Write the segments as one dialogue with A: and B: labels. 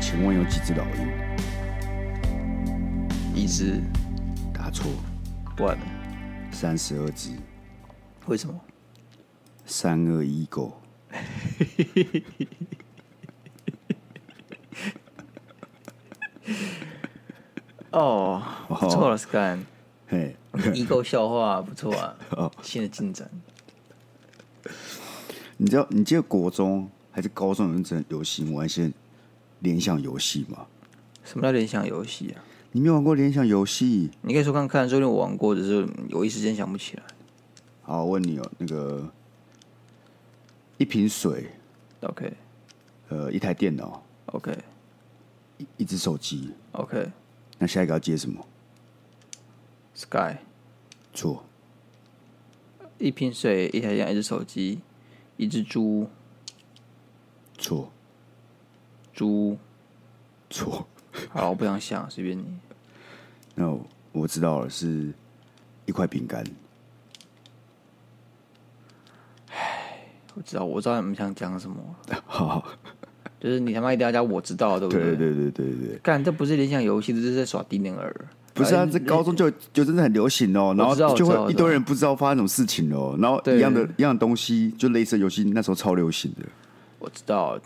A: 请问有几只老鹰？
B: 一只
A: 答错，
B: 不然呢
A: 三十二只。
B: 为什么？
A: 三二一 go。
B: 哦，不错了，Scan，
A: 嘿，
B: 易购笑话不错啊，新的进展。
A: 你知道你记得国中还是高中有一阵流行玩一些联想游戏吗？
B: 什么叫联想游戏啊？
A: 你没有玩过联想游戏？
B: 你可以说看看，说不定我玩过，只是有一时间想不起来。
A: 好，我问你哦，那个一瓶水，
B: OK，OK，OK，、
A: 呃，一台电脑，一一只手机，那下一个要接什么？
B: Sky，
A: 错，
B: 一瓶水，一台电脑，一只手机，一只猪，
A: 错，
B: 猪。
A: 错。
B: 好，我不想想，随便你。
A: 那我我知道了，是一块饼干。
B: 我知道，我知道你们想讲什么了，
A: 好，
B: 就是你他妈一定要讲我知道，对不
A: 对对
B: 对
A: 对对对对，
B: 干，这不是联想游戏，这是在耍低能儿。
A: 不是啊，这高中就就真的很流行哦，然后
B: 知哎道我
A: 就
B: 知道我
A: 会
B: 知
A: 一
B: 道
A: 堆人不知道发生什么事情哦，然后
B: 对
A: 一样的一样的东西，就类似的游戏，那时候超流行的。
B: 我知道，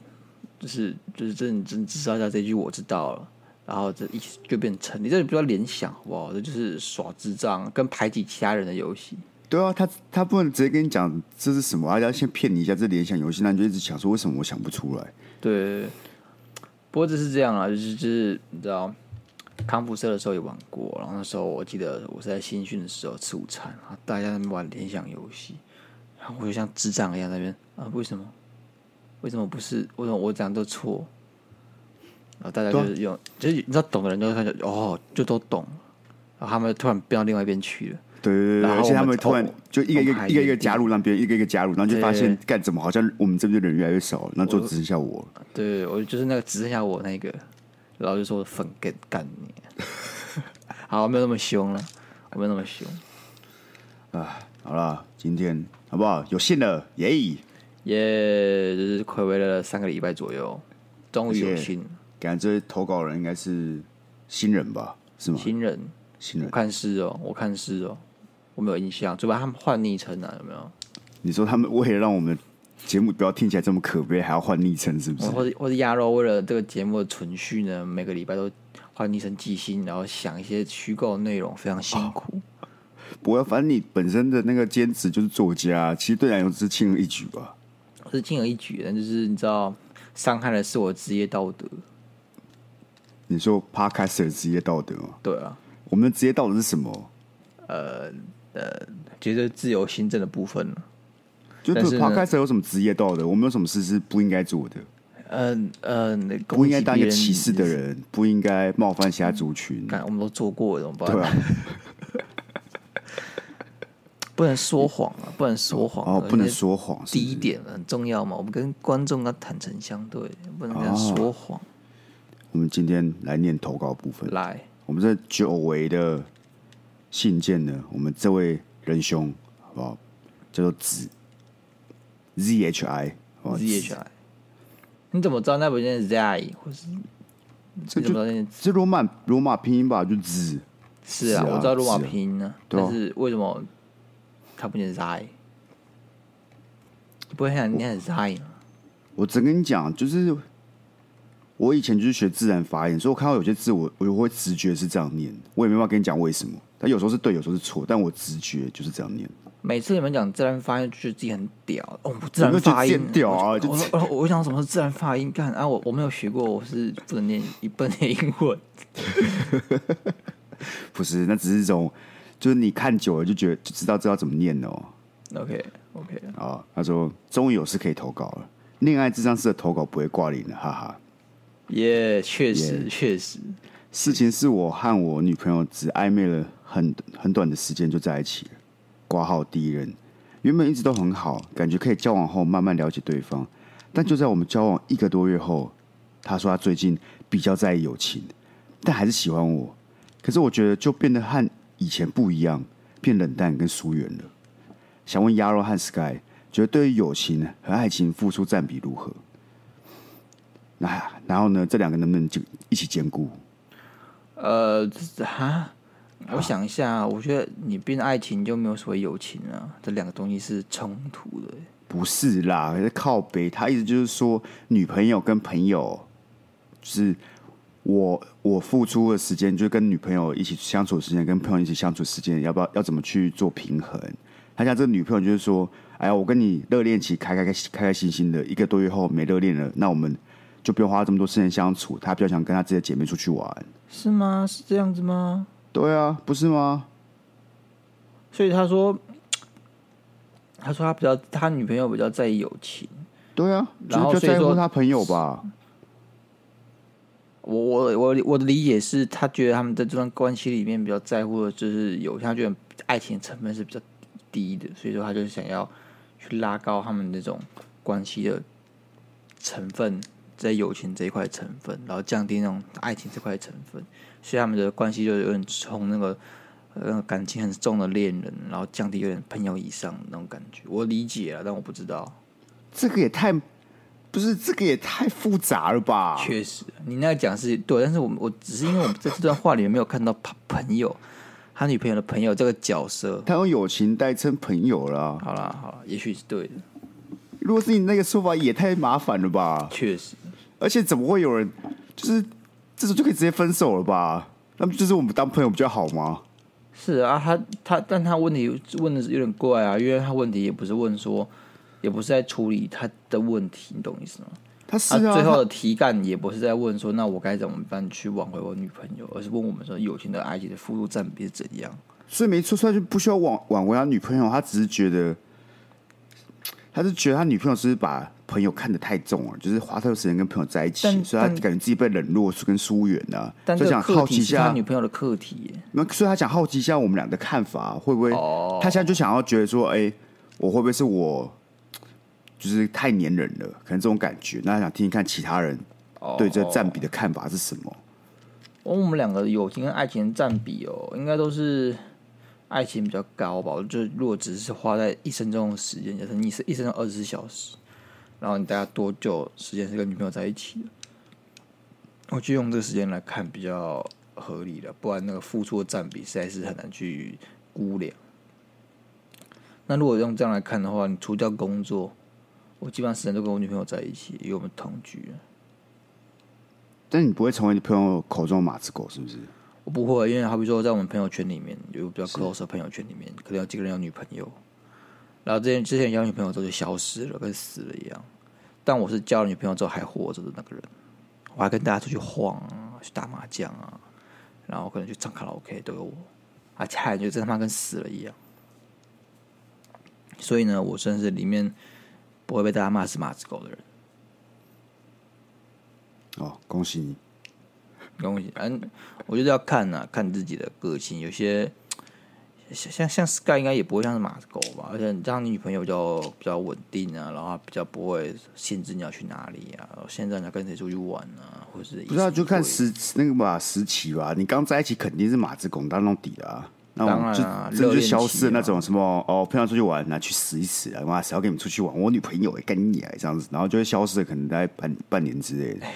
B: 就是就是这你真知道一下这句我知道了，然后这一起就变成你这不叫联想好不好？这就是耍智障跟排挤其他人的游戏。
A: 对啊，他他不能直接跟你讲这是什么，啊而且要先骗你一下这联想游戏，那你就一直想说为什么我想不出来。
B: 对，不过这是这样啦，就是就是你知道，康复社的时候也玩过，然后那时候我记得我是在新训的时候吃午餐，然后大家在那边玩联想游戏，然后我就像智障一样在那边啊，为什么？为什么不是？为什么我讲都错？然后大家就是用，就是你知道懂的人就开始哦，就都懂，然后他们突然变到另外一边去了。
A: 对对对对，
B: 然后
A: 而且他们
B: 我们
A: 突然
B: 哦
A: 就一个一
B: 我们
A: 个
B: 还
A: 一个一个加入那边，一个一个加入，然后就发
B: 对
A: 现干怎么好像我们这边的人越来越少了，那就只剩下我了。
B: 对，我就是那个只剩下我那个，然后就说粉给干你， 好，没有那么凶了，我没有那么凶，
A: 好啦，今天好不好？有幸了，耶、
B: 耶、就是暌违了三个礼拜左右，终于有
A: 谢谢
B: 新
A: 感觉这些投稿人应该是新人吧？是吗？
B: 新人，
A: 新
B: 我
A: 人，
B: 看是哦，我看是哦，我没有印象，除非他们换昵称啊，有没有？
A: 你说他们为了让我们节目不要听起来这么可悲，还要换昵称，是不是？
B: 或者或者鸭肉为了这个节目的存续呢，每个礼拜都换昵称记新，然后想一些虚构内容，非常辛苦。
A: 哦不过反正你本身的那个兼职就是作家，其实对你来说是轻而易举吧？
B: 是轻而易举的，但就是你知道，伤害的是我的职业道德。
A: 你说 podcast 的职业道德吗？
B: 对啊，
A: 我们的职业道德是什么？
B: 觉得自由新政的部分了。
A: 就
B: 但是
A: 是
B: 呢
A: podcast 有什么职业道德？我们有什么事是不应该做的？
B: 嗯嗯，
A: 不
B: 不
A: 应该当一个歧视的。人，不应该冒犯其他族群。
B: 看，我们都做过了，怎么办？
A: 对啊，
B: 不能说谎啊，不能说谎啊、
A: 哦，不能说谎，是
B: 第
A: 不
B: 一
A: 是？
B: 点很重要嘛，我们跟观众要坦诚相对，不能跟他说谎。
A: 我们今天来念投稿部分。
B: 来，
A: 我们这久违的信件呢，我们这位仁兄，好不好？叫做子 Z H I，好不好哦
B: ZHI，你怎么知道那不念 ZI 或是？
A: 这
B: 你怎么知道
A: 就
B: 那念
A: 这罗马罗马拼音吧，就子。
B: 是啊？
A: 是啊
B: 我知道罗马
A: 是啊
B: 拼音呢、
A: 对啊
B: 但是为什么他不念 ZI？你不会很想念 ZI 吗？
A: 我只跟你讲，就是我以前就是学自然发音，所以我看到有些字我，我会直觉是这样念，我也没办法跟你讲为什么。但有时候是对，有时候是错，但我直觉就是这样念。
B: 每次你们讲自然发音，就觉得自己很屌哦，我自
A: 有
B: 然
A: 没有觉得
B: 发
A: 自己
B: 音
A: 很屌啊
B: 我
A: 就
B: 我
A: 自
B: 我我想什么是自然发音？干啊，我我没有学过，我是不能念不能念英文。
A: 不是，那只是一种，就是你看久了就觉得就知道知道怎么念了哦。
B: OK OK，
A: 啊，他说终于有事可以投稿了，恋爱智商师的投稿不会挂零了，哈哈。
B: 耶、确实确实，
A: 事情是我和我女朋友只暧昧了很很短的时间就在一起了，挂号第一任，原本一直都很好，感觉可以交往后慢慢了解对方，但就在我们交往一个多月后，她说她最近比较在意友情，但还是喜欢我，可是我觉得就变得和以前不一样，变冷淡跟疏远了。想问鸭肉和 Sky，觉得对于友情和爱情付出占比如何？那然后呢，这两个能不能就一起兼顾？
B: 呃，这哈，我想一下啊，我觉得你变爱情就没有所谓友情啊，这两个东西是冲突的。
A: 不是啦，在靠北。他意思就是说，女朋友跟朋友，就是我我付出的时间，就跟女朋友一起相处的时间，跟朋友一起相处的时间，要不要要怎么去做平衡？他讲这个女朋友就是说，哎呀，我跟你热恋期开开开开开心心的，一个多月后没热恋了，那我们就不用花这么多时间相处。他比较想跟他自己的姐妹出去玩，
B: 是吗？是这样子吗？
A: 对啊，不是吗？
B: 所以他说，他说他比较，他女朋友比较在意友情。
A: 对啊，
B: 然后
A: 就就在
B: 所以
A: 乎
B: 说
A: 他朋友吧。
B: 我我我我的理解是，他觉得他们在这段关系里面比较在乎的就是友情，他觉得爱情成分是比较低的，所以说他就是想要去拉高他们那种关系的成分，在友情这一块成分，然后降低那种爱情这块成分，所以他们的关系就有点从那个呃那个感情很重的恋人，然后降低有点朋友以上的那种感觉。我理解了，但我不知道，
A: 这个也太不是，这个也太复杂了吧？
B: 确实，啊你那个讲是对，但是我们我只是因为我们在这段话里面没有看到朋朋友，他女朋友的朋友这个角色。
A: 他用友情代称朋友啦、
B: 好啦好啦，也许是对的，
A: 如果是你那个说法，也太麻烦了吧？
B: 确实
A: 而且怎么会有人就是这种就可以直接分手了吧？那不就是我们当朋友比较好吗？
B: 是啊。他他，但他问题问的是有点怪啊，因为他问题也不是问说，也不是在处理他的问题，你懂意思吗？
A: 他是
B: 他
A: 啊，
B: 最后
A: 他
B: 的题干也不是在问说，那我该怎么办去挽回我女朋友，而是问我们说，友情的爱情的付出占比是怎样？
A: 所以没错，所以他就不需要挽挽回他女朋友，他只是觉得，他是觉得他女朋友是不是把朋友看得太重了，就是花太多时间跟朋友在一起，
B: 但
A: 所以他
B: 但
A: 感觉自己被冷落跟疏远啊，
B: 但
A: 所
B: 这
A: 以
B: 个
A: 想
B: 课
A: 好奇
B: 题
A: 一
B: 是他
A: 下
B: 女朋友的课题耶、
A: 那所以他想好奇一下我们俩的看法，会不会？
B: 哦
A: 他现在就想要觉得说，哎、我会不会是我就是太粘人了？可能这种感觉。那他想听听看其他人对这占比的看法是什么？
B: 哦，我们两个友情跟爱情的占比哦，应该都是爱情比较高吧。就如果只是花在一生中的时间，假设你是一生中二十四小时，然后你大概多久时间是跟女朋友在一起的？我就用这个时间来看比较合理的，不然那个付出的占比实在是很难去估量。那如果用这样来看的话，你除掉工作，我基本上时间都跟我女朋友在一起，因为我们同居了。
A: 但你不会成为你朋友口中的马子狗，是不是？
B: 我不会，因为好比说，在我们朋友圈里面，有比较 close 的朋友圈里面，可能有几个人有女朋友，然后之前之前交女朋友之后就消失了，跟死了一样。但我是交了女朋友之后还活着的那个人，我还跟大家出去晃啊，去打麻将啊，然后可能去唱卡拉 OK 都有我，啊，其他人就真他妈跟死了一样。所以呢，我算是里面不会被大家骂是马子狗的人。
A: 哦，恭喜你！
B: 东西，反正我觉得要看呐、啊看自己的个性。有些像像像 Sky 应该也不会像是马子狗吧，而且这样你女朋友比较比较稳定啊，然后比较不会限制你要去哪里啊，然后限制你要跟谁出去玩啊，或者是
A: 不知道就看
B: 时。
A: 时那个吧，时期吧。你刚在一起肯定是马子狗当中底的啊。那我
B: 当然
A: 们就
B: 啊
A: 真的
B: 热
A: 就
B: 恋
A: 消
B: 期
A: 失
B: 啊
A: 那种什么哦，朋友出去玩，拿去死一死啊！妈，谁要跟你们出去玩？我女朋友也跟你啊，这样子，然后就会消失了，可能大概半半年之类的。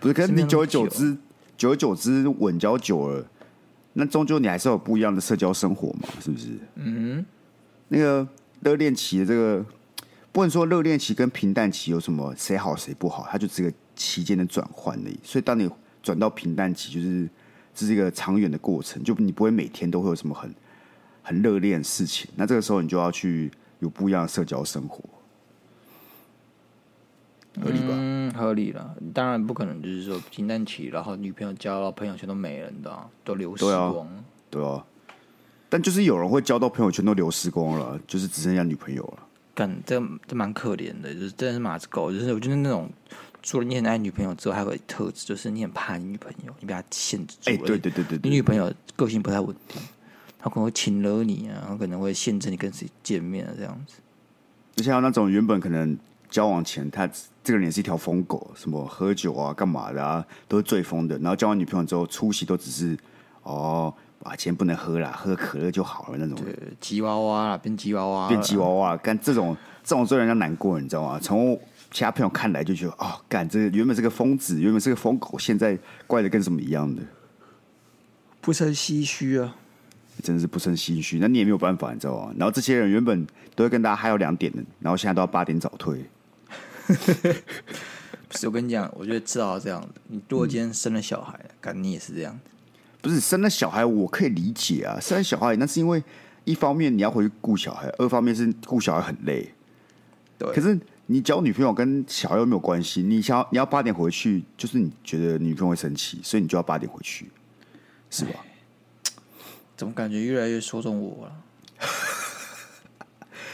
A: 不是，可是
B: 没
A: 你
B: 有
A: 久而
B: 那么
A: 久
B: 久
A: 之，久而久之稳交久了，那终究你还是有不一样的社交生活嘛，是不是？嗯，那个热恋期的这个，不能说热恋期跟平淡期有什么谁好谁不好，它就这个期间的转换而已。所以当你转到平淡期，就是这是一个长远的过程，就你不会每天都会有什么很很热恋的事情。那这个时候你就要去有不一样的社交生活，合理吧？
B: 嗯，合理了。当然不可能，就是说平淡期，然后女朋友交了，朋友圈都没了，你知道吗都流失
A: 对啊
B: 光了。
A: 对啊。但就是有人会交到朋友圈都流失光了，就是只剩下女朋友了。
B: 干，这这蛮可怜的，就是真的是马子狗，就是我觉得那种除了你很爱女朋友之后，还有个特质就是你很怕你女朋友，你被她限制住
A: 哎、
B: 了。
A: 对对对对
B: 你
A: 对，
B: 女朋友个性不太稳定，她可能会亲惹你啊，她可能会限制你跟谁见面啊，这样子。
A: 就像那种原本可能交往前他这个人也是一条疯狗，什么喝酒啊、干嘛的啊，都是最疯的。然后交完女朋友之后，出席都只是哦，啊，今天不能喝啦，喝可乐就好了那种人，
B: 呃，吉娃娃啦，变吉娃娃，
A: 变吉娃娃，干这种这种最让人家难过，你知道吗？从其他朋友看来就觉得，哦，干这个原本是个疯子，原本是个疯狗，现在怪的跟什么一样的，
B: 不是很唏嘘啊。
A: 真的是不胜唏嘘。那你也没有办法，你知道吗？然后这些人原本都会跟大家嗨到两点的，然后现在都要八点早退。
B: 不是，我跟你讲，我觉得至少要这样的。你如果今天生了小孩，感你也是这样。
A: 不是生了小孩，我可以理解啊。生了小孩，那是因为一方面你要回去顾小孩，二方面是顾小孩很累。
B: 对
A: 可是你交女朋友跟小孩又没有关系，你想要你要八点回去，就是你觉得女朋友会生气，所以你就要八点回去，是吧？
B: 怎么感觉越来越说中我了？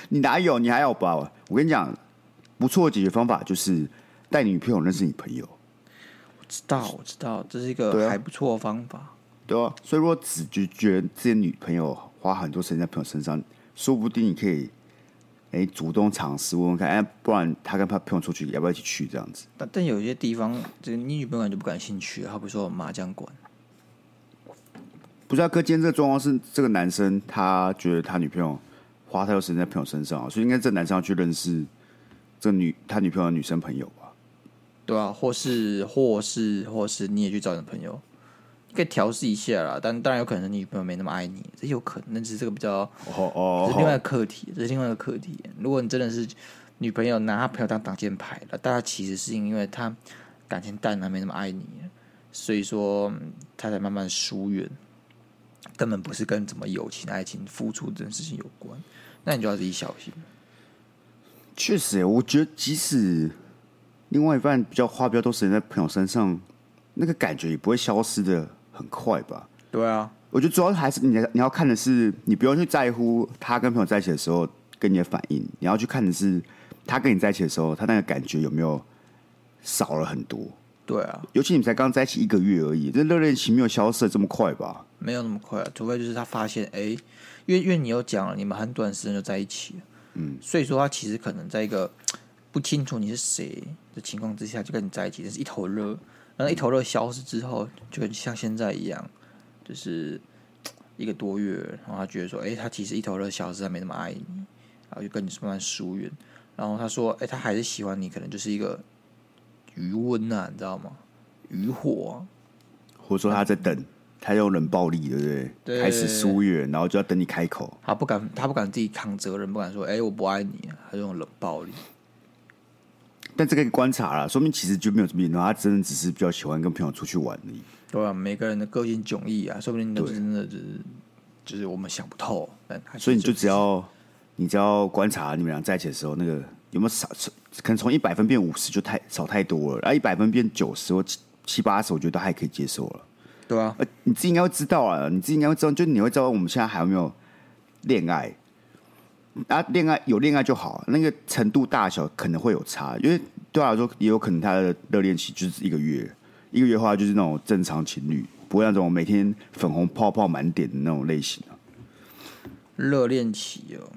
A: 你哪有？你还要吧？我跟你讲，不错的解决方法就是带女朋友认识你朋友，
B: 我知道，我知道，这是一
A: 对
B: 个
A: 啊
B: 还不错的方法。
A: 对啊。所以如果只就觉得自己的女朋友花很多时间在朋友身上，说不定你可以哎、主动尝试问问看，哎、不然他跟他朋友出去要不要一起去这样子？
B: 但但有些地方，这个你女朋友就不感兴趣，她不说麻将馆，
A: 不知道哥，今天这个状况是这个男生他觉得他女朋友花太多时间在朋友身上啊，所以应该这男生要去认识这女他女朋友的女生朋友吧？
B: 对啊，或是或是或是你也去找你的朋友，你可以调试一下啦。但当然有可能是你女朋友没那么爱你，这有可能，那只是这个比较
A: 哦
B: 这
A: 哦
B: 是另外一个课题，这是另外一个课题。如果你真的是女朋友拿她朋友当挡箭牌了，但她其实是因为她感情淡了，没那么爱你，所以说嗯她才慢慢疏远，根本不是跟怎么友情、爱情付出这件事情有关。那你就要自己小心。
A: 确实耶，我觉得即使另外一半比较花比较多时间在朋友身上，那个感觉也不会消失的很快吧？
B: 对啊，
A: 我觉得主要还是你你要看的是，你不用去在乎他跟朋友在一起的时候跟你的反应，你要去看的是他跟你在一起的时候，他那个感觉有没有少了很多。
B: 对啊，
A: 尤其你们才刚在一起一个月而已，这热恋期没有消失的这么快吧？
B: 没有那么快、啊，除非就是她发现，哎、因为因为你有讲了，你们很短时间就在一起了，嗯，所以说她其实可能在一个不清楚你是谁的情况之下就跟你在一起，但是一头热，然后一头热消失之后，就跟像现在一样，就是一个多月，然后她觉得说，哎、她其实一头热消失，她没那么爱你，然后就跟你慢慢疏远，然后她说，哎、她还是喜欢你，可能就是一个余温呐、你知道吗？余火、啊。
A: 或者说他在等，他用冷暴力，对不对？
B: 对
A: 开始疏远，然后就要等你开口。
B: 他不敢，他不敢自己扛责任，不敢说，哎、我不爱你，他用冷暴力。
A: 但这个可以观察啦，说明其实就没有这么严重，他真的只是比较喜欢跟朋友出去玩而已。
B: 对啊，每个人的个性迥异啊，说不定那真的就是就是我们想不透，但他
A: 所以你就
B: 这
A: 只要你只要观察你们俩在一起的时候，那个有没有少，可能从一百分变五十就太少太多了，然后啊一百分变九十或七七八十，我觉得都还可以接受了。
B: 对啊，
A: 呃，你自己应该会知道啊，你自己应该会知道，就你会知道我们现在还有没有恋爱啊？恋爱有恋爱就好，那个程度大小可能会有差，因为对他来说，也有可能他的热恋期就是一个月，一个月的话就是那种正常情侣，不会那种每天粉红泡泡满点的那种类型啊。
B: 热恋期哦，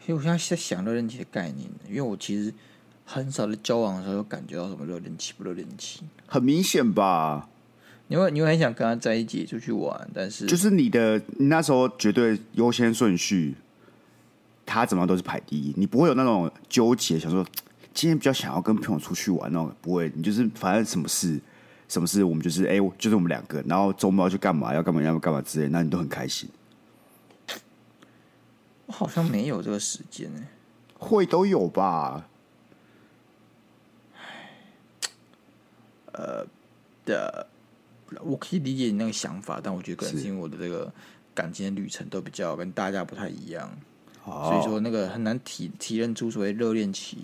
B: 其实我现在在想热恋期的概念，因为我其实很少在交往的时候感觉到什么热恋期不热恋期。
A: 很明显吧，
B: 你会你会很想跟他在一起出去玩，但是
A: 就是你的你那时候绝对优先顺序，他怎么样都是排第一，你不会有那种纠结，想说嘖今天比较想要跟朋友出去玩那种，不会，你就是反正什么事什么事我们就是哎、我就是我们两个，然后周末要去干嘛要干嘛要干嘛之类，那你都很开心，
B: 我好像没有这个时间呢、
A: 会都有吧？
B: 我可以理解你那个想法，但我觉得可能
A: 是
B: 是因为我的这个感情的旅程都比较跟大家不太一样，所
A: 所
B: 以说那个很难体体认出所谓热恋期。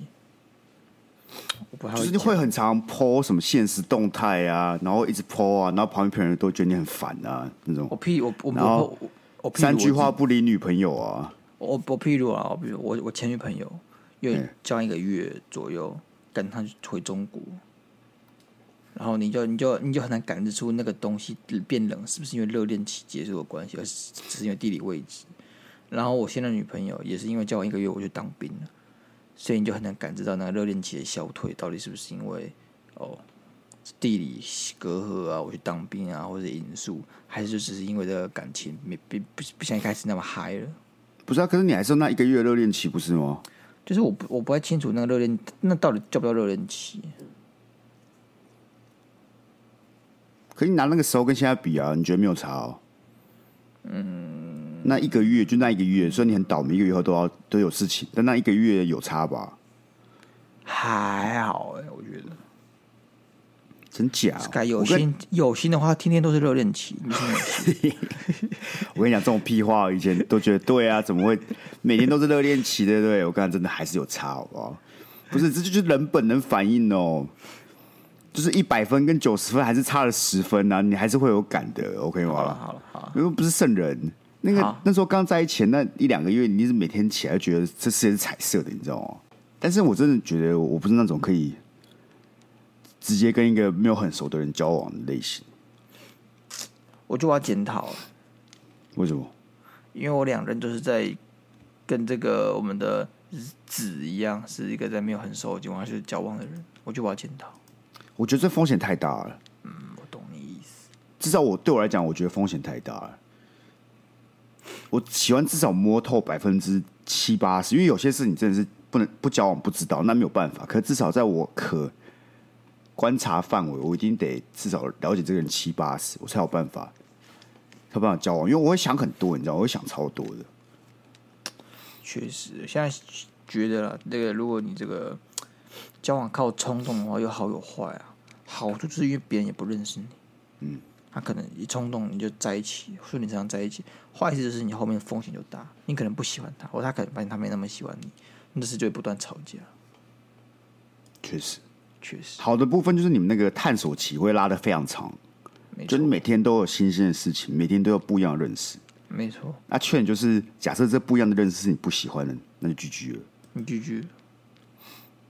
B: 我不太
A: 就
B: 会
A: 是你
B: 讲，
A: 会很常 PO 什么现实动态啊，然后一直 PO 啊，然后旁边朋友都觉得你很烦啊那种
B: 我，譬我我
A: 然后
B: 我我我譬如
A: 三句
B: 我
A: 话不理女朋友啊。
B: 我我譬如啊，我譬如我我前女朋友，因为
A: 嗯
B: 交往一个月左右，跟她回中国，然后你就你就你就很难感知出那个东西变冷是不是因为热恋期结束的关系，而是只是因为地理位置。然后我现在的女朋友也是因为交往一个月我就当兵了，所以你就很难感知到那个热恋期的消退到底是不是因为哦地理隔阂啊，我去当兵啊，或者因素，还是就只是因为这个感情没不不不像一开始那么嗨了。
A: 不是啊，可是你还是有那一个月的热恋期，不是吗？
B: 就是我不我不太清楚那个热恋，那到底叫不叫热恋期？
A: 可你拿那个时候跟现在比啊，你觉得没有差哦？嗯，那一个月就那一个月，虽然你很倒霉，一个月后都要都有事情，但那一个月有差吧？
B: 还好哎、我觉得。啊
A: 真假、哦
B: Sky 有
A: 我跟
B: 心有心的话，天天都是热恋期。你信不信
A: 我跟你讲，这种屁话，我以前都觉得对啊，怎么会每天都是热恋期，对不对？我刚才真的还是有差，好不好？不是，这就是人本能反应哦。就是一百分跟九十分还是差了十分啊，你还是会有感的，OK 吗？
B: 好了好了好了，
A: 因为不是圣人。那个
B: 好
A: 那时候刚在一起前那一两个月，你是每天起来觉得这世界是彩色的，你知道吗？但是我真的觉得我不是那种可以直接跟一个没有很熟的人交往的类型。
B: 我就要检讨了，
A: 为什么？
B: 因为我两人都是在跟这个我们的子一样，是一个在没有很熟的情况下去交往的人，我就要检讨。
A: 我觉得这风险太大了。
B: 嗯我懂你意思，
A: 至少我对我来讲，我觉得风险太大了。我喜欢至少摸透百分之七八十，因为有些事你真的是不能不交往不知道，那没有办法。可至少在我可观察范围，我一定得至少了解这个人七八十，我才有办法，才有办法交往。因为我会想很多，你知道，我会想超多的。
B: 确实，现在觉得了，那个如果你这个交往靠冲动的话，有好有坏啊。好处就是因为别人也不认识你，嗯，他可能一冲动你就在一起，顺理成章在一起。坏事就是你后面风险就大，你可能不喜欢他，或者他可能发现他没那么喜欢你，那是就会不断吵架。
A: 确实，
B: 确实，
A: 好的部分就是你们那个探索期会拉得非常长，
B: 没
A: 就
B: 错
A: 是，每天都有新鲜的事情，每天都有不一样的认识。
B: 没错，
A: 那缺点就是，假设这不一样的认识是你不喜欢的，那就 GG 了。
B: 你拒绝。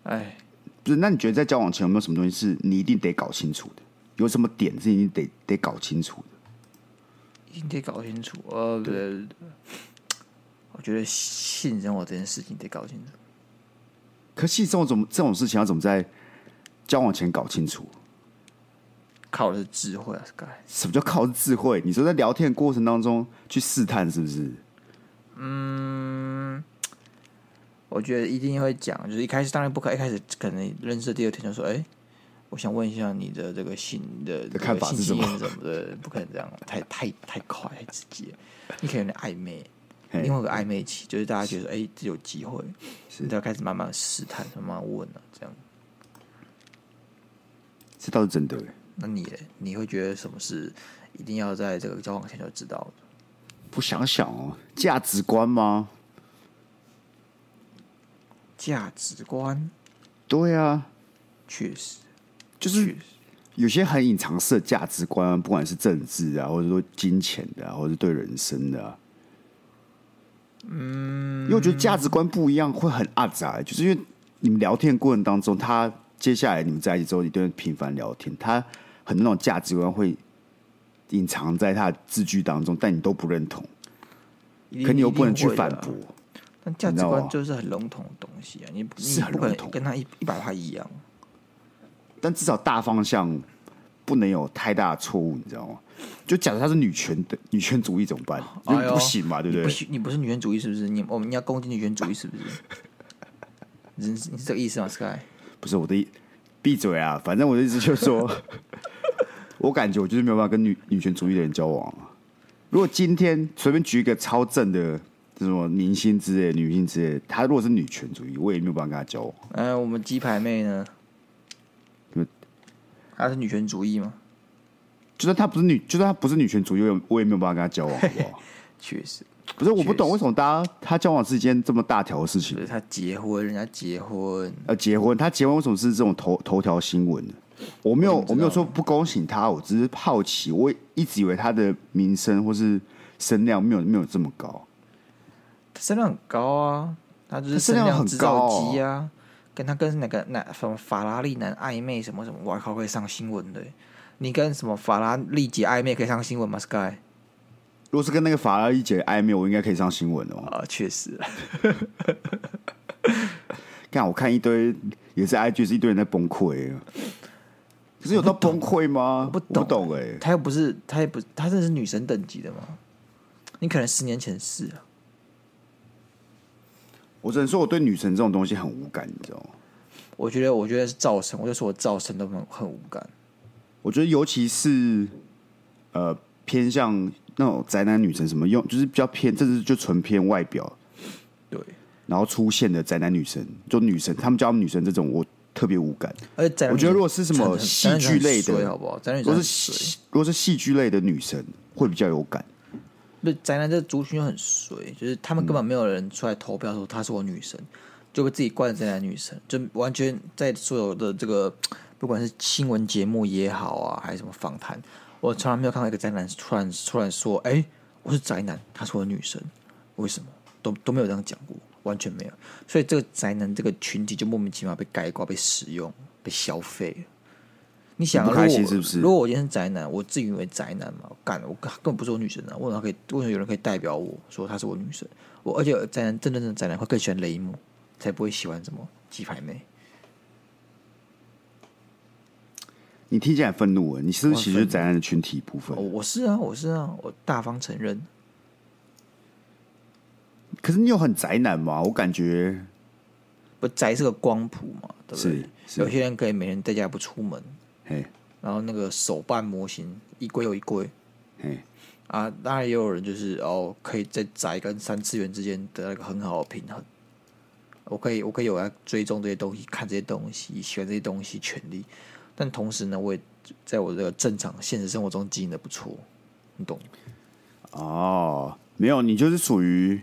B: 哎，
A: 不是，那你觉得在交往前有没有什么东西是你一定得搞清楚的？有什么点是你得得搞清楚的？
B: 一定得搞清楚。呃，不对，我觉得性生活这件事情得搞清楚。
A: 可是这种怎么这种事情要怎么在交往前搞清楚？
B: 靠的是智慧啊，Sky。
A: 什么叫靠智慧？你说在聊天的过程当中去试探，是不是？
B: 我觉得一定会讲，就是一开始当然不可，一开始可能认识的第二天就说，哎、我想问一下你的这个性的这个
A: 看法是什么
B: 性经验是什么的，不可能这样，太太太快太直接，你可能有点暧昧，
A: 嘿
B: 另外一个暧昧期就是大家觉得，哎、这有机会，你就要开始慢慢试探，慢慢问了、这样。
A: 这倒是真的欸。
B: 那你嘞你会觉得什么是一定要在这个交往前就知道的？
A: 我想想哦，价值观吗？
B: 价值观
A: 对啊，
B: 确实，
A: 就是有些很隐藏式的价值观啊，不管是政治啊，或者说金钱的、啊，或者是对人生的、啊。嗯，因为我觉得价值观不一样会很阿杂、欸就是因为你们聊天过程当中，他接下来你们在一起之后，你对他频繁聊天，他很多那种价值观会隐藏在他的字句当中，但你都不认同，
B: 一定
A: 可你又不能
B: 一定
A: 去
B: 会的
A: 反
B: 啊
A: 驳。
B: 但价
A: 你
B: 值
A: 知道
B: 观
A: 吗
B: 就是很笼统的东西啊，你不
A: 是
B: 你
A: 很
B: 不可
A: 笼统
B: 能跟他一一百趴一样。
A: 但至少大方向不能有太大的错误，你知道吗？就假设他是女权的女权主义怎么办？就
B: 哎呦
A: 不行嘛，对不
B: 你不
A: 对？
B: 许你不是女权主义是不是？你我们要攻击女权主义是不是？ 你是你是这个意思吗，Sky？
A: 不是我的意，闭嘴啊！反正我的意思就是 说，我感觉我就是没有办法跟女女权主义的人交往、啊。如果今天随便举一个超正的这种明星之类、女性之类，她如果是女权主义，我也没有办法跟她交往。
B: 哎，我们鸡排妹呢
A: 对？
B: 她是女权主义吗？
A: 就算她不是女，就算她不是女权主义，我也我也没有办法跟她交往，好不 好？
B: 确实，
A: 不是，我不
B: 确
A: 懂
B: 实
A: 为什么大家她交往是一件这么大条的事情
B: 就。是她结婚，人家结婚，
A: 呃，结婚，她结婚为什么是这种头头条新闻呢？我没有，
B: 我
A: 我
B: 怎么知道
A: 没有说不恭喜她，我只是好奇，我一直以为她的名声或是声量没有没有这么高。
B: 她声量很高啊，她就是
A: 她声量
B: 量
A: 很
B: 制
A: 高
B: 造
A: 哦
B: 机啊。跟她跟那个那什么法拉利男暧昧什么什么，我靠，可以上新闻的欸。你跟什么法拉利姐暧昧可以上新闻吗，Sky？
A: 如果是跟那个法拉利姐暧昧，我应该可以上新闻哦。
B: 啊，确实，
A: 看我看一堆也是 IG 是一堆人在崩溃，啊可是有到崩溃吗？
B: 我不
A: 我
B: 懂
A: 不懂哎、
B: 她又不是，她也不，她真的是女神等级的吗？你可能十年前是啊，
A: 我只能说我对女神这种东西很无感，你知道吗？
B: 我觉得，我觉得是造神，我就说我造神都很很无感。
A: 我觉得尤其是呃偏向那种宅男女神什么用，就是比较偏，这是就纯偏外表，
B: 对，
A: 然后出现的宅男女神，就女神，他们叫他们女神这种，我特别无感。
B: 而且宅男
A: 我觉得
B: 女
A: 如果是什么
B: 宅男女
A: 戏
B: 生
A: 剧类的
B: 很衰好不好？宅男女
A: 如
B: 生
A: 果
B: 很
A: 是
B: 衰
A: 戏如果是戏剧类的女神，会比较有感。
B: 不是宅男这个族群又很水，就是他们根本没有人出来投票说她是我女神，就被自己冠成宅男女神，就完全在所有的这个不管是新闻节目也好啊，还是什么访谈，我从来没有看到一个宅男突然突然说：“哎、我是宅男，她是我女神。”为什么？都都没有这样讲过，完全没有。所以这个宅男这个群体就莫名其妙被盖挂、被使用、被消费了。你想啊，
A: 你不开心
B: 如果我
A: 是不是
B: 如果我今天是宅男，我自以为宅男嘛，干我根本不是我女神啊，为什么可以？为什么有人可以代表我说她是我女神？我而且宅男真正的宅男会更喜欢雷姆，才不会喜欢什么鸡排妹。
A: 你听起来很愤怒了，你是不
B: 我
A: 是
B: 很
A: 其实就是宅男的群体部分
B: 哦，？我是啊，我是啊，我大方承认。
A: 可是你有很宅男吗？我感觉
B: 不，宅是个光谱嘛，对不对？
A: 是是
B: 有些人可以每天在家不出门，
A: 嘿，
B: 然后那个手办模型一柜又一柜
A: 嘿，
B: 啊，当然也有人就是哦，可以在宅跟三次元之间得到一个很好的平衡。我可以，我可以有来追踪这些东西，看这些东西，喜欢这些东西，权利。但同时呢，我也在我的正常现实生活中经营的不错，你懂？
A: 哦，没有，你就是属于，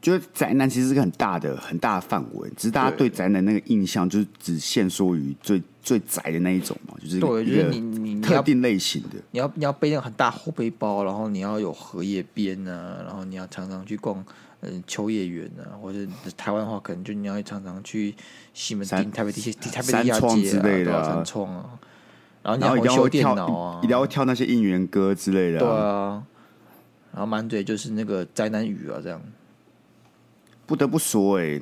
A: 就是宅男其实是个很大的很大的范围，只是大家对
B: 对
A: 宅男那个印象就是只限缩于最最宅的那一种嘛，就是一
B: 对，就是你
A: 个
B: 你你
A: 特
B: 要
A: 定类型的。
B: 你要你要背那个很大后背包，然后你要有荷叶边啊，然后你要常常去逛嗯、呃秋叶原啊，或者台湾的话，可能就你要常常去西门町、
A: 三
B: 台北地下台北
A: 三
B: 地下
A: 创
B: 街
A: 之
B: 啊，
A: 类
B: 对
A: 的
B: 啊
A: 啊
B: 三创啊，然后你
A: 然后一
B: 要
A: 定
B: 会
A: 要
B: 修
A: 会
B: 电
A: 跳，
B: 脑啊，
A: 一定要跳那些应援歌之类的、
B: 对啊，然后满嘴就是那个宅男语啊，这样
A: 不得不说、哎，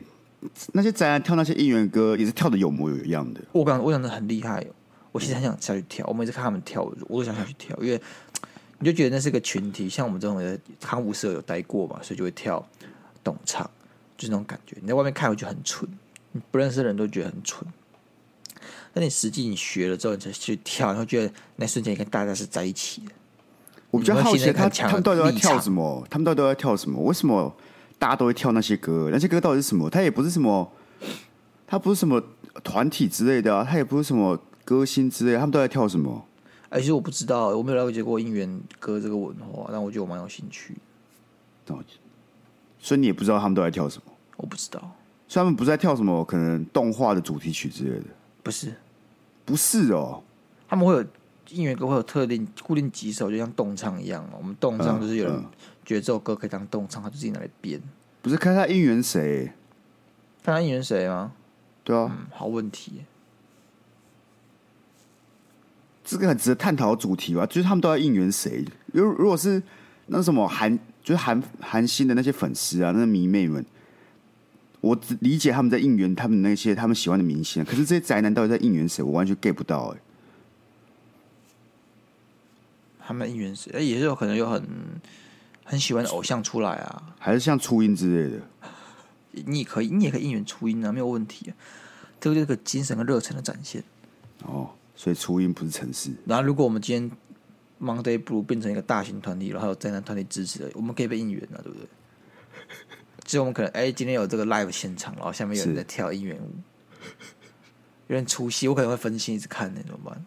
A: 那些宅男跳那些应援歌也是跳的有模有样的。
B: 我感我感觉很厉害、哦，我其实很想下去跳，我每次看他们跳，我就我都想下去跳，因为你就觉得那是个群体，像我们这种的康复社有待过嘛，所以就会跳懂唱，就是那种感觉。你在外面看回去很蠢，你不认识的人都觉得很蠢，但你实际你学了之后，你才去跳，然后觉得那瞬间你跟大家是在一起的。
A: 我比较好
B: 你会
A: 奇
B: 现在
A: 他
B: 很强
A: 他们到底都在
B: 立
A: 跳
B: 场
A: 什么？他们到底都在跳什么？为什么大家都会跳那些歌？那些歌到底是什么？它也不是什么，它不是什么团体之类的啊，它也不是什么歌星之类的，他们都在跳什么？
B: 而且哎我不知道，我没有了解过应援歌这个文化，但我觉得我蛮有兴趣的。
A: 所以你也不知道他们都在跳什么。
B: 我不知道，
A: 所以他们不是在跳什么可能动画的主题曲之类的，
B: 不是
A: 不是哦。
B: 他们会有音乐歌会有特定固定几首，就像动唱一样嘛。我们动唱就是有人
A: 嗯嗯
B: 觉得这首歌可以当动唱，他就自己拿来编。
A: 不是看他应援谁？
B: 看他应援谁吗？
A: 对啊，
B: 嗯，好问题。
A: 这个很值得探讨的主题吧，就是他们都在应援谁？如如果是那什么韩，就是韩韩星的那些粉丝啊，那迷妹们，我只理解他们在应援他们那些他们喜欢的明星啊，可是这些宅男到底在应援谁？我完全 get 不到哎、
B: 他们应援谁？哎也是有可能有很很喜欢的偶像出来啊。
A: 还是像初音之类的，
B: 你也可以，你也可以应援初音啊，没有问题、啊。这个就是个精神和热忱的展现。
A: 哦，所以初音不是城市，
B: 然后，如果我们今天 Monday Blue 变成一个大型团体，然后有灾难团体支持的，我们可以被应援啊，对不对？只有我们可能哎、今天有这个 live 现场，然后下面有人
A: 是
B: 在跳应援舞，有点出戏，我可能会分心一直看那、怎么办？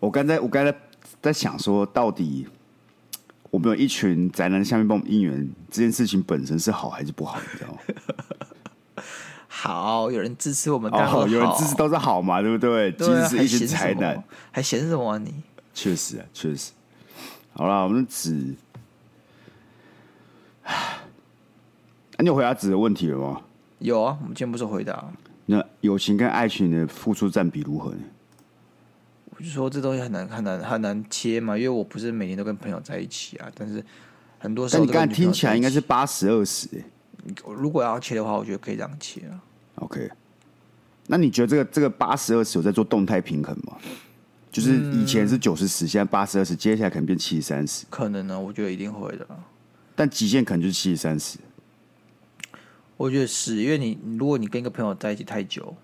A: 我刚才我刚才在想说，到底我们有一群宅男在下面帮我们应援这件事情本身是好还是不好？你知道吗？
B: 好，有人支持我们，当然会
A: 哦，有人支持
B: 好
A: 都是好嘛，对不对？即
B: 对啊，
A: 使是
B: 还
A: 一群
B: 嫌
A: 宅
B: 什
A: 男
B: 么，？还嫌什么、啊、你？
A: 确实啊，确实。好啦，我们纸，唉啊、你有回答纸的问题了吗？
B: 有啊，我们今天不是有回答，
A: 那友情跟爱情的付出占比如何呢？
B: 我就说这东西很难很难很难切嘛，因为我不是每天都跟朋友在一起啊，但是很多时
A: 但
B: 候
A: 你
B: 都跟
A: 刚
B: 女
A: 才
B: 朋友
A: 听起来
B: 在一
A: 应该
B: 起
A: 是八十二十欸
B: 如果要切的话，我觉得可以这样切啊。
A: ，OK。那你觉得这个这个八十二十有在做动态平衡吗？就是以前是九十十，现在八十二十，接下来可能变七十三十，
B: 可能呢，我觉得一定会的啦。
A: 但极限可能就是七十三十。
B: 我觉得是，因为你你如果你跟一个朋友在一起太久，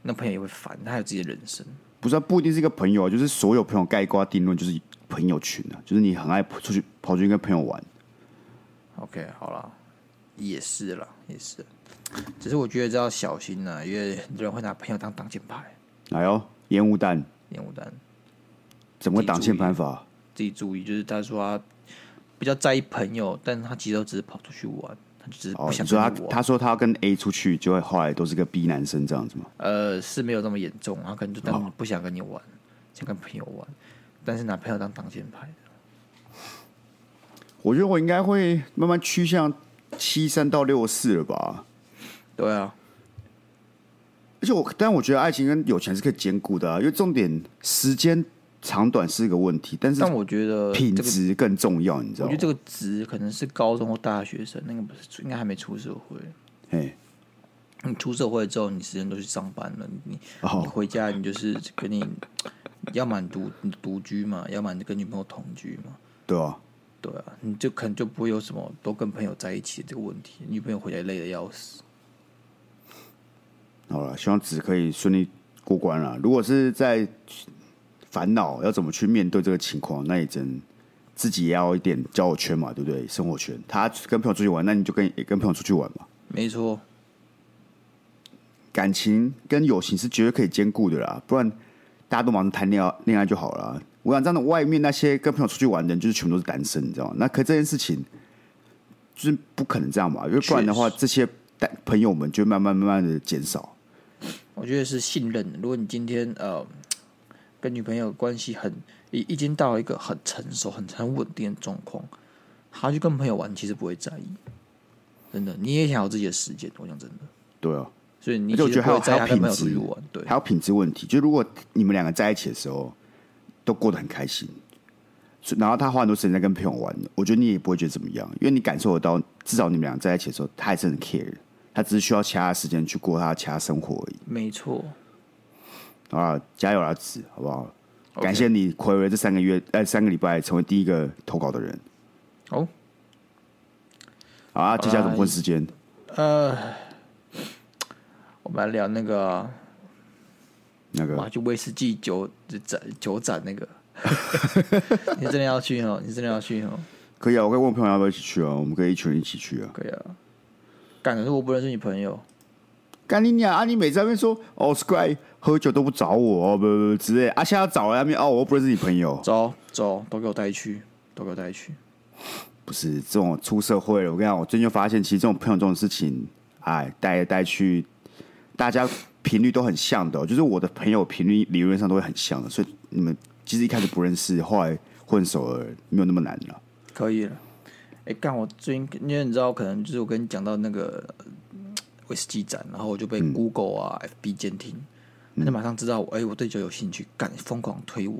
B: 那朋友也会烦，他有自己的人生。
A: 不是、啊，不一定是一个朋友啊，就是所有朋友盖瓜定论就是朋友群啊，就是你很爱出去跑出去跟朋友玩。
B: OK，好啦，也是啦，也是。只是我觉得这要小心啦，因为很多人会拿朋友当挡箭牌，
A: 哎呦，烟雾弹
B: 烟雾弹。
A: 怎么个挡线办法？
B: 自己注意，就是他说他比较在意朋友，但他其实都只是跑出去玩，他就只是
A: 哦
B: 不，想
A: 你
B: 跟
A: 说他
B: 你玩。
A: 他说他要跟 A 出去，就会后来都是个 B 男生这样子嘛？
B: 呃，是没有那么严重，他可能就当
A: 哦
B: 不想跟你玩，想跟朋友玩，但是拿朋友当挡箭牌的。
A: 我觉得我应该会慢慢趋向七三到六四了吧。
B: 对啊，
A: 而且我，但我觉得爱情跟有钱是可以兼顾的、啊，因为重点时间长短是一个问题，但是
B: 但我觉得
A: 品
B: 这个，
A: 质更重要，你知
B: 我
A: 道吗
B: 觉得？这个值可能是高中或大学生，那个不是出应该还没出社会。
A: 哎，
B: 你出社会之后，你时间都去上班了，你你
A: 哦，
B: 回家你就是跟你，要么你独你独居嘛，要么你跟女朋友同居嘛。
A: 对啊，
B: 对啊，你就可能就不会有什么都跟朋友在一起的这个问题，女朋友回来累得要死。
A: 好了，希望只可以顺利过关了。如果是在烦恼要怎么去面对这个情况，那也真自己也要有一点交友圈嘛，对不对？生活圈，他跟朋友出去玩，那你就跟也跟朋友出去玩嘛。
B: 没错，
A: 感情跟友情是绝对可以兼顾的啦，不然大家都忙着谈恋爱恋爱就好了。我想这样的外面那些跟朋友出去玩的人，就是全部都是单身，你知道吗？那可这件事情就是不可能这样嘛，因为不然的话，这些单朋友们就慢慢慢慢的减少。
B: 我觉得是信任。如果你今天呃跟女朋友关系很已已经到了一个很成熟、很很稳定的状况，她去跟朋友玩，其实不会在意。真的，你也想有自己的时间，我讲真的，
A: 对啊，
B: 所以你
A: 而且我
B: 其
A: 觉
B: 实
A: 得还
B: 不会
A: 有
B: 在意她
A: 还
B: 跟朋
A: 有
B: 友出去
A: 品质
B: 玩，对
A: 还，有品质问题。就如果你们两个在一起的时候都过得很开心，所以然后他花很多时间在跟朋友玩，我觉得你也不会觉得怎么样，因为你感受得到，至少你们俩在一起的时候，他还是很 care，他只是需要其他的时间去过他其他生活而已。
B: 没错。
A: 好啦，加油啦，子，好不好感谢你暌违这三个月，呃，三个礼拜成为第一个投稿的人。
B: 好，
A: 好啊，接下来怎么
B: 哎
A: 混时间？
B: 我们来聊那个
A: 那个
B: 哇，就威士忌酒展酒展那 个，你真的要去哦？你真的要去哦？
A: 可以啊，我可以问朋友要不要一起去啊，我们可以一群人一起去啊。
B: 可以啊。感觉是我不认识你朋友，
A: 干你娘！啊，你每次在那边说哦，Sky 喝酒都不找我，哦，不不不之类。啊，现在找了那边哦，我又不认识你朋友。
B: 走走，都给我带去，都给我带去。
A: 不是这种出社会了，我跟你讲，我最近就发现，其实这种朋友这种事情，哎，带来带去，大家频率都很像的哦、就是我的朋友频率理论上都会很像的，所以你们其实一开始不认识，后来混熟了，没有那么难了。
B: 可以了。哎、干！我最近因为你知道，可能就是我跟你讲到那个呃威士忌展，然后我就被 Google 啊、FB 监听，他就马上知道我，哎、我对酒有兴趣，干疯狂推我，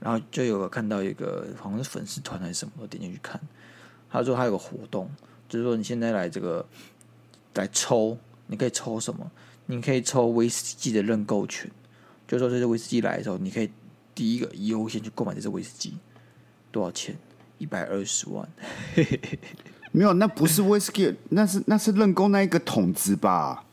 B: 然后就有看到一个好像是粉丝团还是什么，我点进去看，他说他有个活动，就是说你现在来这个来抽，你可以抽什么？你可以抽威士忌的认购权，就是说这支威士忌来的时候，你可以第一个优先去购买这支威士忌，多少钱？一百二十万，
A: 没有，那不 是 whisky，那是那是任工那一个桶子吧？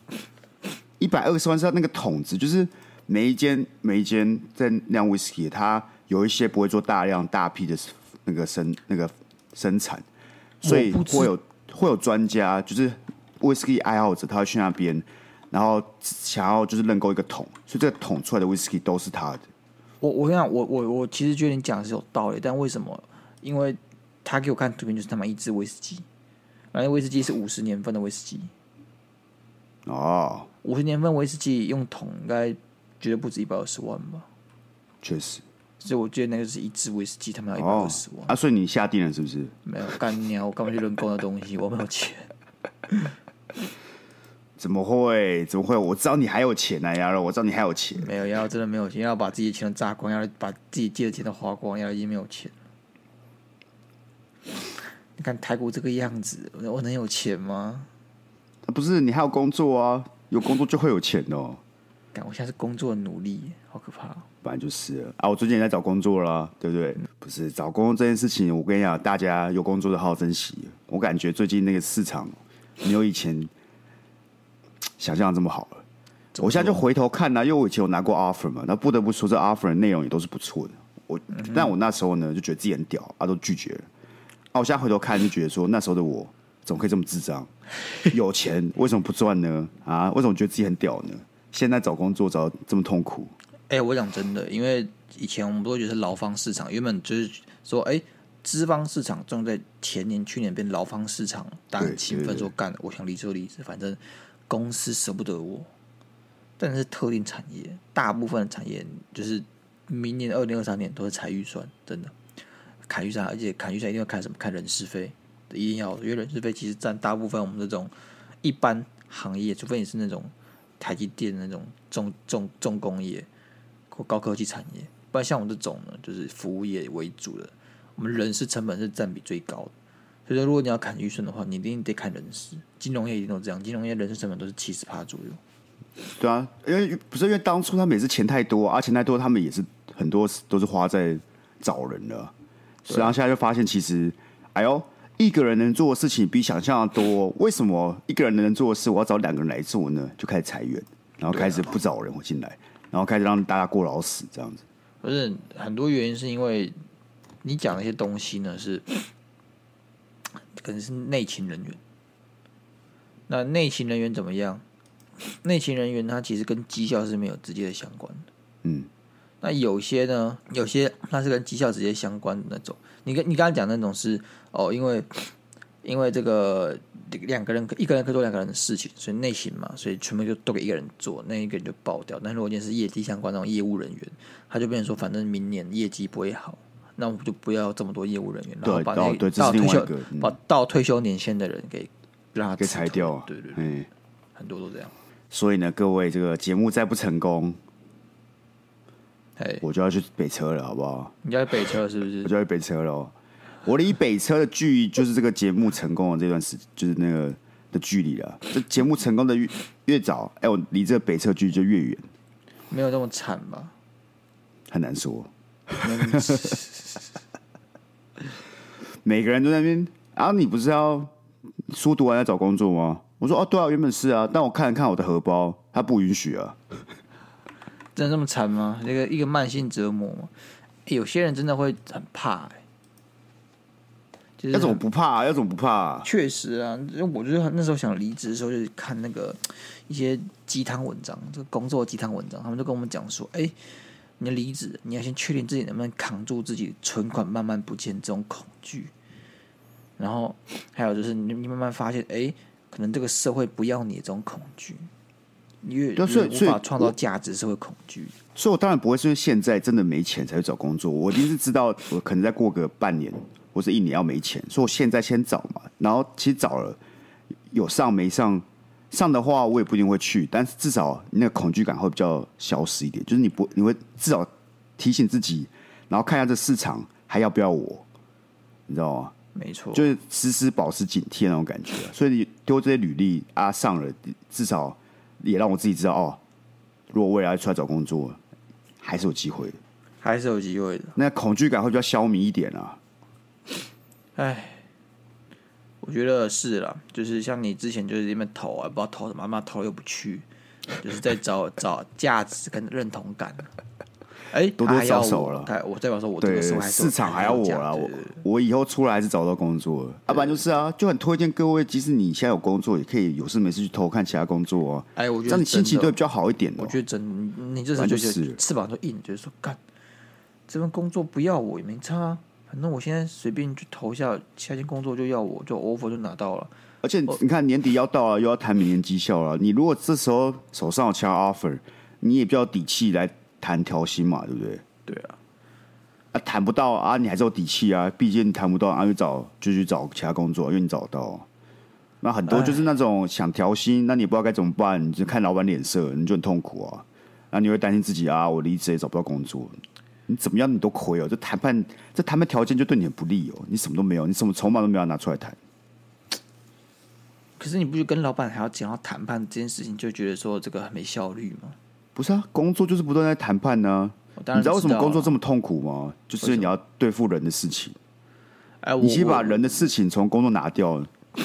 A: 一百二十万是他那个桶子，就是每一间每一间在酿 whisky，它有一些不会做大量大批的那个生那个生产，所以
B: 我不知
A: 会有会有专家，就是 whisky 爱好者，他会去那边，然后想要就是认购一个桶，所以这个桶出来的 whisky 都是他的。
B: 我我跟你讲，我我我其实觉得你讲的是有道理，但为什么？因为他给我看图片就是他妈一支威士忌，然后威士忌是五十年份的威士忌，
A: 哦，
B: 五十年份威士忌用桶应该绝对不止一百二十万吧，
A: 确实，
B: 所以我觉得那个是一支威士忌他妈要一百
A: 哦
B: 二十万，
A: 啊，所以你下定了是不是？
B: 没有干娘，我干嘛去认购那东西？我没有钱，
A: 怎么会？怎么会？我知道你还有钱啊，鸭肉，我知道你还有钱。
B: 没有要真的没有钱，要把自己的钱都榨光，要把自己借的钱都花光，要已经没有钱了。你看台股这个样子，我我能有钱吗？
A: 啊不是，你还有工作啊，有工作就会有钱哦。
B: 干，我现在是工作努力，好可怕哦、
A: 本来就是了啊！我最近也在找工作啦、对不对？
B: 嗯
A: 不是找工作这件事情，我跟你讲，大家有工作的好好珍惜。我感觉最近那个市场没有以前想象的这么好了。
B: 怎么
A: 我现在就回头看啊呢、因为我以前有拿过 offer 嘛，那不得不说这 offer 的内容也都是不错的。我、
B: 嗯
A: 但我那时候呢就觉得自己很屌啊，都拒绝了。啊，我现在回头看就觉得说那时候的我怎么可以这么智障？有钱为什么不赚呢？啊，为什么觉得自己很屌呢？现在找工作找得这么痛苦，
B: 哎、我讲真的，因为以前我们都觉得是劳方市场，原本就是说，哎、资方市场重在前年、去年变劳方市场，大家很
A: 对
B: 兴
A: 对
B: 奋
A: 对
B: 说干，我想离职就离职，反正公司舍不得我。但是特定产业，大部分的产业就是明年二零二三年都是裁预算，真的砍预算，而且砍预算一定要看什么？看人事费，一定要，因为人事费其实占大部分我们这种一般行业，除非你是那种台积电那种重重重工业或高科技产业，不然像我们这种呢，就是服务业为主的，我们人事成本是占比最高的。所以说，如果你要砍预算的话，你一定得砍人事。金融业一定都这样，金融业人事成本都是七十趴左右。
A: 对啊，因为不是因为当初他们也是钱太多啊，钱太多，他们也是很多都是花在找人了啊，所以然后现在就发现其实，哎呦，一个人能做的事情比想象的多，为什么一个人能做的事我要找两个人来做呢？就开始裁员，然后开
B: 啊
A: 始不找人我进来，然后开始让大家过劳死这样子。
B: 不是很多原因是因为你讲那些东西呢是 可能是内勤人员。那内勤人员怎么样？内勤人员他其实跟绩效是没有直接的相关的。
A: 嗯，
B: 那有些呢，有些它是跟绩效直接相关的那种。你跟你刚刚讲的那种是哦，因为因为这个两个人一个人可以做两个人的事情，所以内勤嘛，所以全部就都给一个人做，那一个人就爆掉。但如果你是业绩相关那种业务人员，他就变成说，反正明年业绩不会好，那我们就不要这么多业务人员，然后
A: 对
B: 把那
A: 哦对
B: 个
A: 这是
B: 到
A: 另
B: 退
A: 外一
B: 休
A: 个嗯
B: 把到退休年限的人给让他
A: 给
B: 辞
A: 裁
B: 退
A: 掉啊，
B: 对对对，
A: 对。
B: 很多都这样。
A: 所以呢，各位这个节目再不成功，
B: 哎，
A: 我就要去北车了，好不好？
B: 你家北车是不是
A: 我？就要去北车喽。我离北车的距离就是这个节目成功的这段时，就是那个的距离了。这节目成功的越越早，哎、我离这个北车距离就越远，
B: 没有那么惨 吧？
A: 很难说。
B: 没有那么惨
A: 每个人都在那边，啊，你不是要书读完要找工作吗？我说哦，对啊，原本是啊，但我看了看我的荷包，它不允许啊。
B: 真的这么惨吗？一个一个慢性折磨吗？欸有些人真的会很怕、欸，就是
A: 要怎么
B: 很
A: 不怕、啊？要怎么不怕、啊？
B: 确实啊，因为我就是很那时候想离职的时候，就是看那个一些鸡汤文章，这个工作鸡汤文章，他们就跟我们讲说，哎、你离职，你要先确定自己能不能扛住自己存款慢慢不见这种恐惧，然后还有就是你你慢慢发现，哎、可能这个社会不要你这种恐惧，你越
A: 对所以
B: 越
A: 所以
B: 无法创造
A: 我
B: 价值是会恐惧的。
A: 所以我当然不会是因为现在真的没钱才去找工作，我一定是知道我可能再过个半年或是一年要没钱，所以我现在先找嘛。然后其实找了有上没上，上的话我也不一定会去，但是至少那个恐惧感会比较消失一点，就是你不你会至少提醒自己，然后看一下这市场还要不要我，你知道吗？
B: 没错，
A: 就是时时保持警惕的那种感觉、啊。所以你丢这些履历啊上了，至少也让我自己知道哦，如果未来出来找工作，还是有机会的。
B: 还是有机会的。
A: 那恐惧感会比较消弭一点啊。
B: 唉，我觉得是啦，就是像你之前就是因为投啊，不知道投什么，妈投又不去，就是在找找价值跟认同感。哎、
A: 多
B: 他
A: 多
B: 还要
A: 少少
B: 我
A: 了
B: 他我代表说我这
A: 对
B: 个时候，还是有
A: 市场还要
B: 有
A: 我
B: 价
A: 啦，
B: 值
A: 我我以后出来还是找到工作了，要不然就是啊，就很推荐各位，即使你现在有工作，也可以有事没事去偷看其他工作啊，
B: 哎，我
A: 这
B: 觉
A: 样
B: 得
A: 你心
B: 真
A: 情
B: 的
A: 都会比较好一点的哦、
B: 我觉得真的，你这时候
A: 反
B: 就
A: 正
B: 觉
A: 就是
B: 得翅膀都硬，就是说干，这份工作不要我也没差啊，反正我现在随便去投一下，下一间工作就要我就 offer 就拿到了。
A: 而且你看年底要到了，又要谈明年绩效了。你如果这时候手上有其他 offer，你也比较有底气来谈调薪嘛，对不对？
B: 对啊，
A: 啊，谈不到啊，你还是有底气啊。毕竟你谈不到啊，就找就去找其他工作，因为你找到。那很多就是那种想调薪，那你也不知道该怎么办，你就看老板脸色，你就很痛苦啊。那你会担心自己啊，我离职也找不到工作，你怎么样你都亏哦。这谈判这谈判条件就对你很不利哦，你什么都没有，你什么筹码都没有拿出来谈。
B: 可是你不就跟老板还要讲到谈判这件事情，就觉得说这个很没效率吗？
A: 不是啊，工作就是不断在谈判呢、
B: 我
A: 啊。
B: 当
A: 你
B: 然
A: 知道为什么工作
B: 啊
A: 这么痛苦吗？就是因为你要对付人的事情，
B: 哎，我
A: 你先把
B: 我
A: 人的事情从工作拿掉，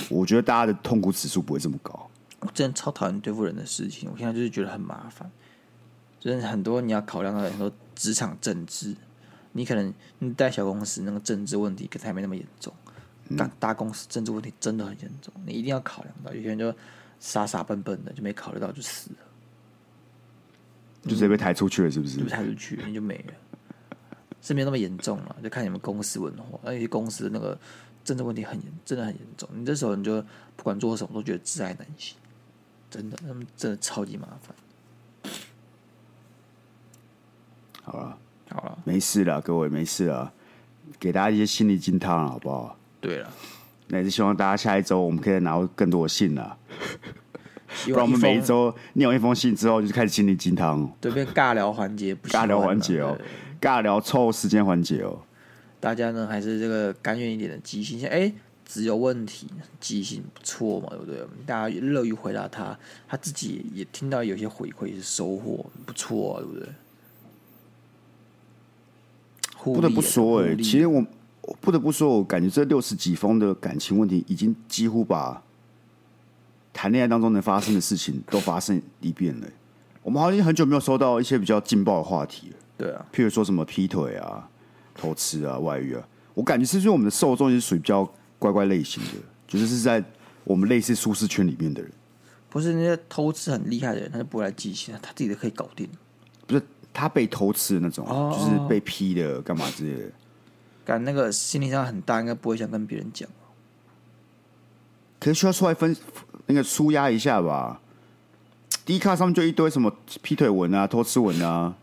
A: 我觉得大家的痛苦指数不会这么高。
B: 我真的超讨厌对付人的事情，我现在就是觉得很麻烦，就是很多你要考量到很多职场政治，你可能你带小公司那个政治问题可能还没那么严重，
A: 嗯
B: 但大公司政治问题真的很严重，你一定要考量到，有些人就傻傻笨笨的就没考虑到就死了，
A: 就直接被抬出去了，是不是
B: 就？派出去你就没了，是没有那么严重了，就看你们公司文化，而且公司的那个政治问题很严，真的很严重，你这时候你就不管做什么都觉得挚爱难行，真的，他们真的超级麻烦。
A: 好了，
B: 好了，
A: 没事了，各位没事了，给大家一些心理鸡汤啦好不好？
B: 对了，
A: 那也是希望大家下一周我们可以拿到更多的信了，
B: 不
A: 不然我们啊每一周念完一封信之后，就开始心理鸡汤，
B: 对变尬聊环节，不喜
A: 尬
B: 欢
A: 聊环节
B: 了
A: 哦
B: 对，
A: 尬聊凑时间环节哦。
B: 大家呢还是这个甘愿一点的即兴，像哎，只有问题，即兴不错嘛，对不对？大家乐于回答他，他自己也听到有些回馈也是收获，不错、啊，对不对？互
A: 不得
B: 利
A: 不
B: 啊
A: 说、
B: 互
A: 欸，
B: 利
A: 其实我我不得不说，我感觉这六十几封的感情问题，已经几乎把谈恋爱当中能发生的事情都发生一遍了欸、我们好像已经很久没有收到一些比较劲爆的话题了，
B: 对啊，
A: 譬如说什么劈腿啊、偷吃啊、外遇啊。我感觉是不是我们的受众也是属于比较乖乖类型的，就是是在我们类似舒适圈里面的人，
B: 不是那些偷吃很厉害的人，他就不会来即兴，他自己都可以搞定。
A: 不是他被偷吃的那种，
B: 哦
A: 就是被劈的干嘛之类的。
B: 感那个心理上很大，应该不会想跟别人讲。
A: 可是需要出来分那个舒压一下吧。D 卡上面就一堆什么劈腿文啊、偷吃文啊，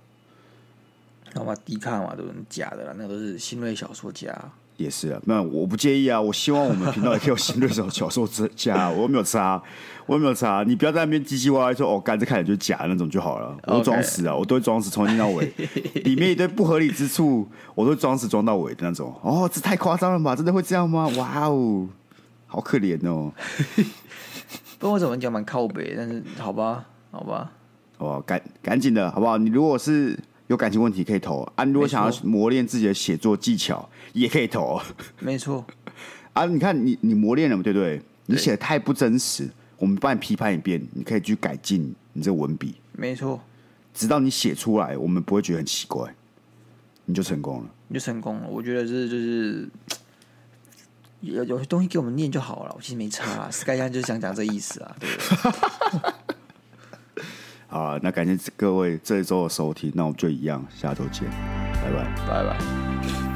B: 然后嘛，低卡嘛，都是假的啦，那个都是新锐小说家、
A: 也是啊。那我不介意啊，我希望我们频道也可以有新对手小说之家，我又没有差，我又没有差。你不要在那边唧唧歪歪说哦，干这看起来就是假的那种就好了。我都
B: OK
A: 装死啊，我都会装死，从头到尾。里面一堆不合理之处，我都装死装到尾的那种。哦，这太夸张了吧？真的会这样吗？哇哦，好可怜哦。
B: 不过我怎么讲蛮靠北，但是好吧，好吧，
A: 哦，赶赶紧的好不好？你如果是有感情问题可以投啊，你如果想要磨练自己的写作技巧也可以投
B: 没错，
A: 啊。你看你你磨练了嘛，对不对？你写的太不真实，我们帮你批判一遍，你可以去改进你这个文笔，
B: 没错，
A: 直到你写出来，我们不会觉得很奇怪，你就成功了。
B: 你就成功了。我觉得是就是。有有些东西给我们念就好了，我其实没差、啊。Sky 酱就是想讲这意思啊，对不对？
A: 好啊，那感谢各位这一周的收听，那我们就一样，下周见，拜拜。
B: 拜拜。